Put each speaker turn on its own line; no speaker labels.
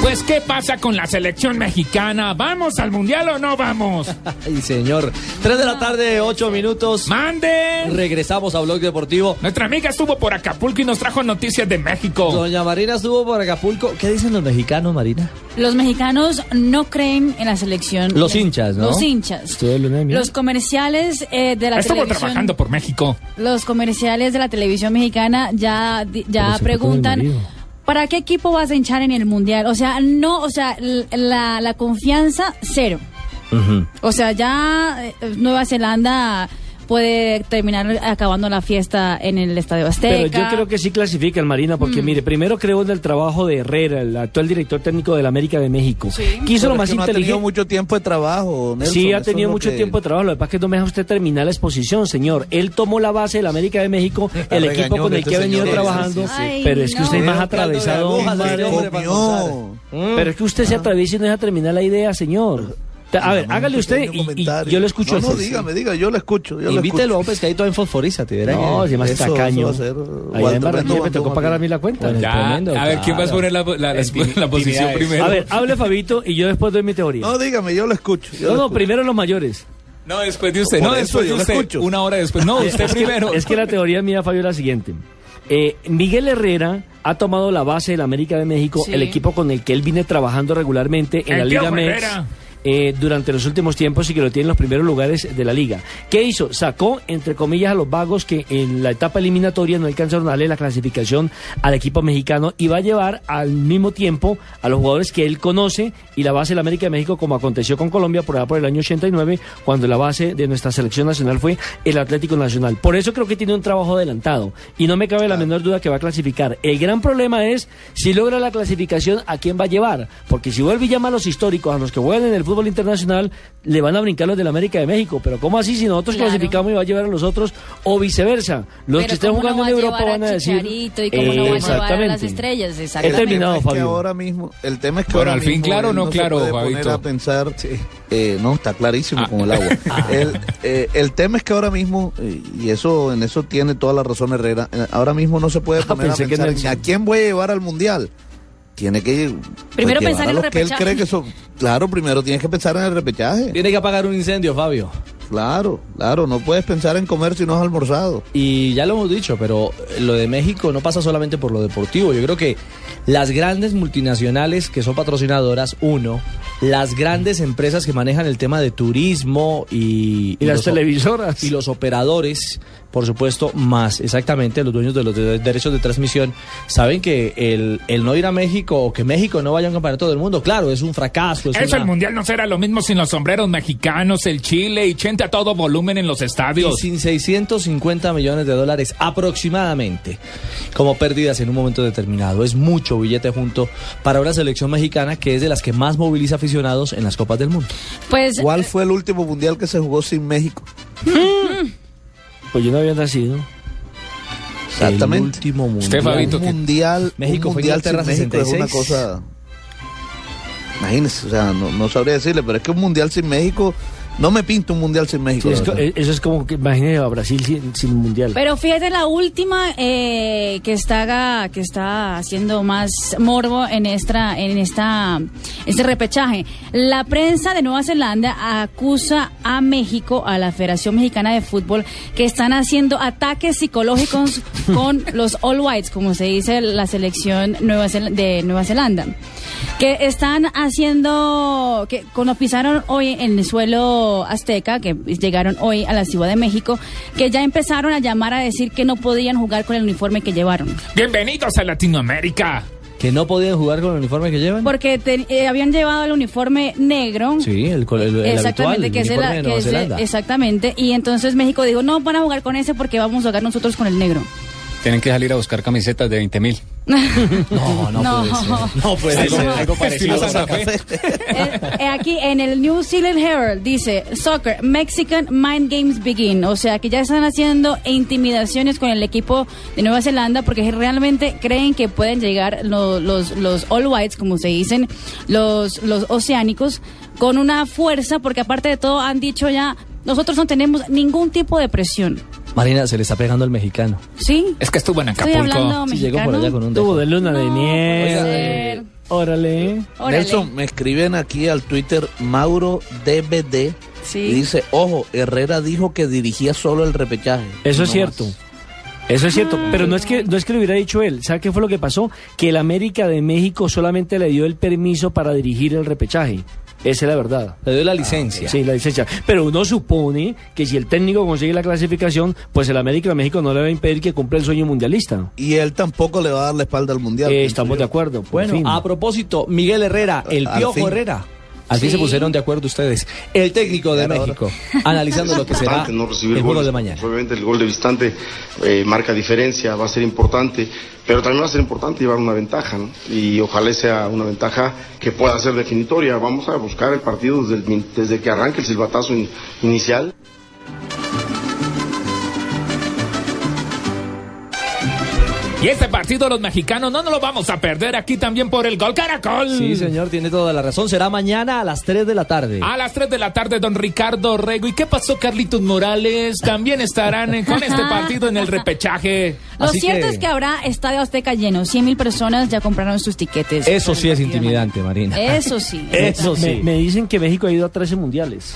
Pues, ¿qué pasa con la selección mexicana? ¿Vamos al mundial o no vamos?
Ay, señor. 3 de la tarde, 8 minutos.
¡Mande!
Regresamos a Blog Deportivo.
Nuestra amiga estuvo por Acapulco y nos trajo noticias de México.
Doña Marina estuvo por Acapulco. ¿Qué dicen los mexicanos, Marina?
Los mexicanos no creen en la selección.
Los hinchas, ¿no?
Los hinchas.
Estuvo de luna de miel.
Los comerciales eh, de la
Estuvo
televisión.
trabajando por México.
Los comerciales de la televisión mexicana ya, di-
Pero
ya
se fue con el
preguntan.
marido.
¿Para qué equipo vas a hinchar en el mundial? O sea, no, o sea, l- la, la confianza cero. O sea, ya eh, Nueva Zelanda puede terminar acabando la fiesta en el Estadio Azteca.
Pero yo creo que sí clasifican, Marina, porque mire, primero creo en el trabajo de Herrera, el actual director técnico de la América de México. Quiso lo más
no ha tenido
inteligente.
mucho tiempo de trabajo. Nelson,
sí, ha
eso
tenido
es lo
mucho
que-
tiempo de trabajo. Lo que pasa es que no me deja usted terminar la exposición, señor. Él tomó la base del América de México,
Está
el equipo
regañón
con el
este
que ha venido
señor,
trabajando.
sí, sí,
sí.
Pero es que
Ay,
usted es
no.
más atravesado.
Caldo de aguja,
Mario.
señor.
Comió.
Pero es que usted se atraviesa y no deja terminar la idea, señor. Ta- A ver,
Dame un
hágale usted
pequeño
y- y,
comentario.
yo lo escucho.
No, no,
después.
dígame, diga, yo lo escucho. Yo lo
Invítelo a
escucho.
un pescadito en fosforízate, verá.
No,
que-
se más
Eso- eso
tacaño.
va a ser,
Allá en
Walter
Barranquilla me
Rendón,
tocó pagar a
hombre.
mí la cuenta.
Bueno,
Ya,
tremendo,
a ver, ¿quién va a
claro.
poner la, la- la- la posición primero?
A ver, hable Fabito y yo después doy mi teoría.
No, dígame, yo lo escucho. yo
No,
lo
no,
escucho.
primero los mayores.
no,
pues
después de usted,
Por
no,
eso
después de
yo lo
usted,
escucho.
una hora después. No, usted primero.
Es que la teoría mía, Fabio, es la siguiente. Eh, Miguel Herrera ha tomado la base del América de México,
Sí.
el equipo con el que él viene trabajando regularmente en
El
la
tío
Liga MEX.
Herrera.
eh, durante los últimos tiempos y que lo tiene en los primeros lugares de la liga. ¿Qué hizo? Sacó, entre comillas, a los vagos que en la etapa eliminatoria no alcanzaron a darle la clasificación al equipo mexicano y va a llevar al mismo tiempo a los jugadores que él conoce y la base del América de México, como aconteció con Colombia por allá por el año 89, cuando la base de nuestra selección nacional fue el Atlético Nacional. Por eso creo que tiene un trabajo adelantado y no me cabe la menor duda que va a clasificar. El gran problema es si logra la clasificación, ¿a quién va a llevar? Porque si vuelve y llama a los históricos, a los que juegan en el fútbol internacional, le van a brincar los del América de México. Pero ¿cómo así si nosotros
Claro.
clasificamos y va a llevar a los otros? O viceversa. Los
Pero
que estén
¿cómo no
jugando
va
en
a
Europa
llevar
van a decir...
Chicharito y cómo no va a llevar a las
Exactamente. Este
estrellas,
El
exactamente.
tema
terminado,
es que
Fabio.
ahora mismo, el tema es que
Bueno,
ahora
al fin,
mismo
claro o
él
no claro,
se puede poner
Fabito.
a pensar, eh, no, está clarísimo
Ah.
como el agua. El, eh, el tema es que ahora mismo, eh, y eso en eso tiene toda la razón Herrera, eh, ahora mismo no se puede
Ah,
poner a
pensé que
pensar en
Nelson.
a quién voy a llevar al mundial. Tiene que pues,
Primero
llevar
pensar
a
en
los
el
que él
repechaje.
cree que son. Claro, primero tienes que pensar en el repechaje.
Tiene que apagar un incendio, Fabio.
Claro, claro, no puedes pensar en comer si no has almorzado.
Y ya lo hemos dicho, pero lo de México no pasa solamente por lo deportivo. Yo creo que las grandes multinacionales que son patrocinadoras, uno, las grandes empresas que manejan el tema de turismo y,
Y las
los o-
televisoras.
y los operadores, por supuesto, más exactamente los dueños de los de- derechos de transmisión, saben que el, el no ir a México o que México no vaya a un campeonato del mundo, claro, es un fracaso. Es
Eso,
una-
el mundial no será lo mismo sin los sombreros mexicanos, el Chile y gente a todo volumen en los
y
estadios.
sin 650 millones de dólares aproximadamente como pérdidas en un momento determinado. Es mucho billete junto para una selección mexicana que es de las que más moviliza aficionados en las Copas del Mundo.
Pues
¿Cuál fue el último mundial que se jugó sin México?
Pues yo no había nacido.
El
Exactamente.
último mundial.
Usted, Fabito.
un mundial,
México
un
fue
mundial sin
Inglaterra
México es una
66.
cosa. Imagínense, o sea, no, no sabría decirle, pero es que un mundial sin México, no me pinto un mundial sin México.
Sí, es
la
co-
verdad.
eh, eso es como que imagínese a Brasil sin, sin mundial.
Pero fíjate la última eh, que está que está haciendo más morbo en esta en esta este repechaje. La prensa de Nueva Zelanda acusa a México a la Federación Mexicana de Fútbol que están haciendo ataques psicológicos con los All Whites, como se dice la selección Nueva Zel- de Nueva Zelanda, que están haciendo que cuando pisaron hoy en el suelo azteca, que llegaron hoy a la Ciudad de México, que ya empezaron a llamar a decir que no podían jugar con el uniforme que llevaron.
Bienvenidos a Latinoamérica.
Que no podían jugar con el uniforme que llevan.
Porque te- eh, habían llevado el uniforme negro.
Sí, el, col- el- el habitual, el
Exactamente, que es el,
uniforme de
que
Nueva
es el-
Zelanda.
exactamente. Y entonces México dijo, no van a jugar con ese porque vamos a jugar nosotros con el negro.
Tienen que salir a buscar camisetas de 20 mil.
No, no, pues, eh. puede ser. No puede
No.
Pues
Algo,
ser.
algo parecido a Santa Fe.
Eh, eh, aquí en el New Zealand Herald dice Soccer Mexican Mind Games Begin, o sea que ya están haciendo intimidaciones con el equipo de Nueva Zelanda porque realmente creen que pueden llegar lo- los, los All Whites, como se dicen, los, los oceánicos, con una fuerza porque aparte de todo han dicho ya, nosotros no tenemos ningún tipo de presión,
Marina, se le está pegando al mexicano.
¿sí?
Es que estuvo en
Estoy
Acapulco.
hablando
Si llegó por
mexicano.
allá con un dejo.
Tuvo de luna de
No, puede
miel.
ser.
Órale.
Órale.
Nelson, me escriben aquí al Twitter Mauro DBD
Sí.
y dice, ojo, Herrera dijo que dirigía solo el repechaje.
Eso es
No
cierto.
más.
Eso es cierto, pero no es que no es que lo hubiera dicho él. ¿Sabe qué fue lo que pasó? Que el América de México solamente le dio el permiso para dirigir el repechaje. Esa es la verdad.
Le doy la licencia.
Sí, la licencia. Pero uno supone que si el técnico consigue la clasificación, pues el América de México no le va a impedir que cumpla el sueño mundialista.
Y él tampoco le va a dar la espalda al Mundial.
Eh,
pienso
estamos
yo.
de acuerdo. por
Bueno, ah,
fin.
a propósito, Miguel Herrera, el
Al
Piojo
fin.
Herrera. Al fin
Sí.
se pusieron de acuerdo ustedes. El técnico de
Claro,
México, analizando lo que será
importante no recibir
el juego
goles.
de mañana.
Obviamente el gol de Vistante eh, marca diferencia, va a ser importante, pero también va a ser importante llevar una ventaja, ¿no? Y ojalá sea una ventaja que pueda ser definitoria. Vamos a buscar el partido desde, el min- desde que arranque el silbatazo in- inicial.
Y este partido los mexicanos no nos lo vamos a perder aquí también por el gol Caracol.
Sí, señor, tiene toda la razón. Será mañana a las 3 de la tarde.
A las 3 de la tarde, don Ricardo Rego. ¿Y qué pasó, Carlitos Morales? También estarán eh, con este partido en el repechaje.
Lo
Así
cierto
que-
es que habrá Estadio Azteca lleno. 100 mil personas ya compraron sus
Eso
tiquetes. para el
sí es
partido de
intimidante, Marina.
mañana. Eso sí.
Eso
Me-
sí.
me, dicen que México ha ido a 13 mundiales.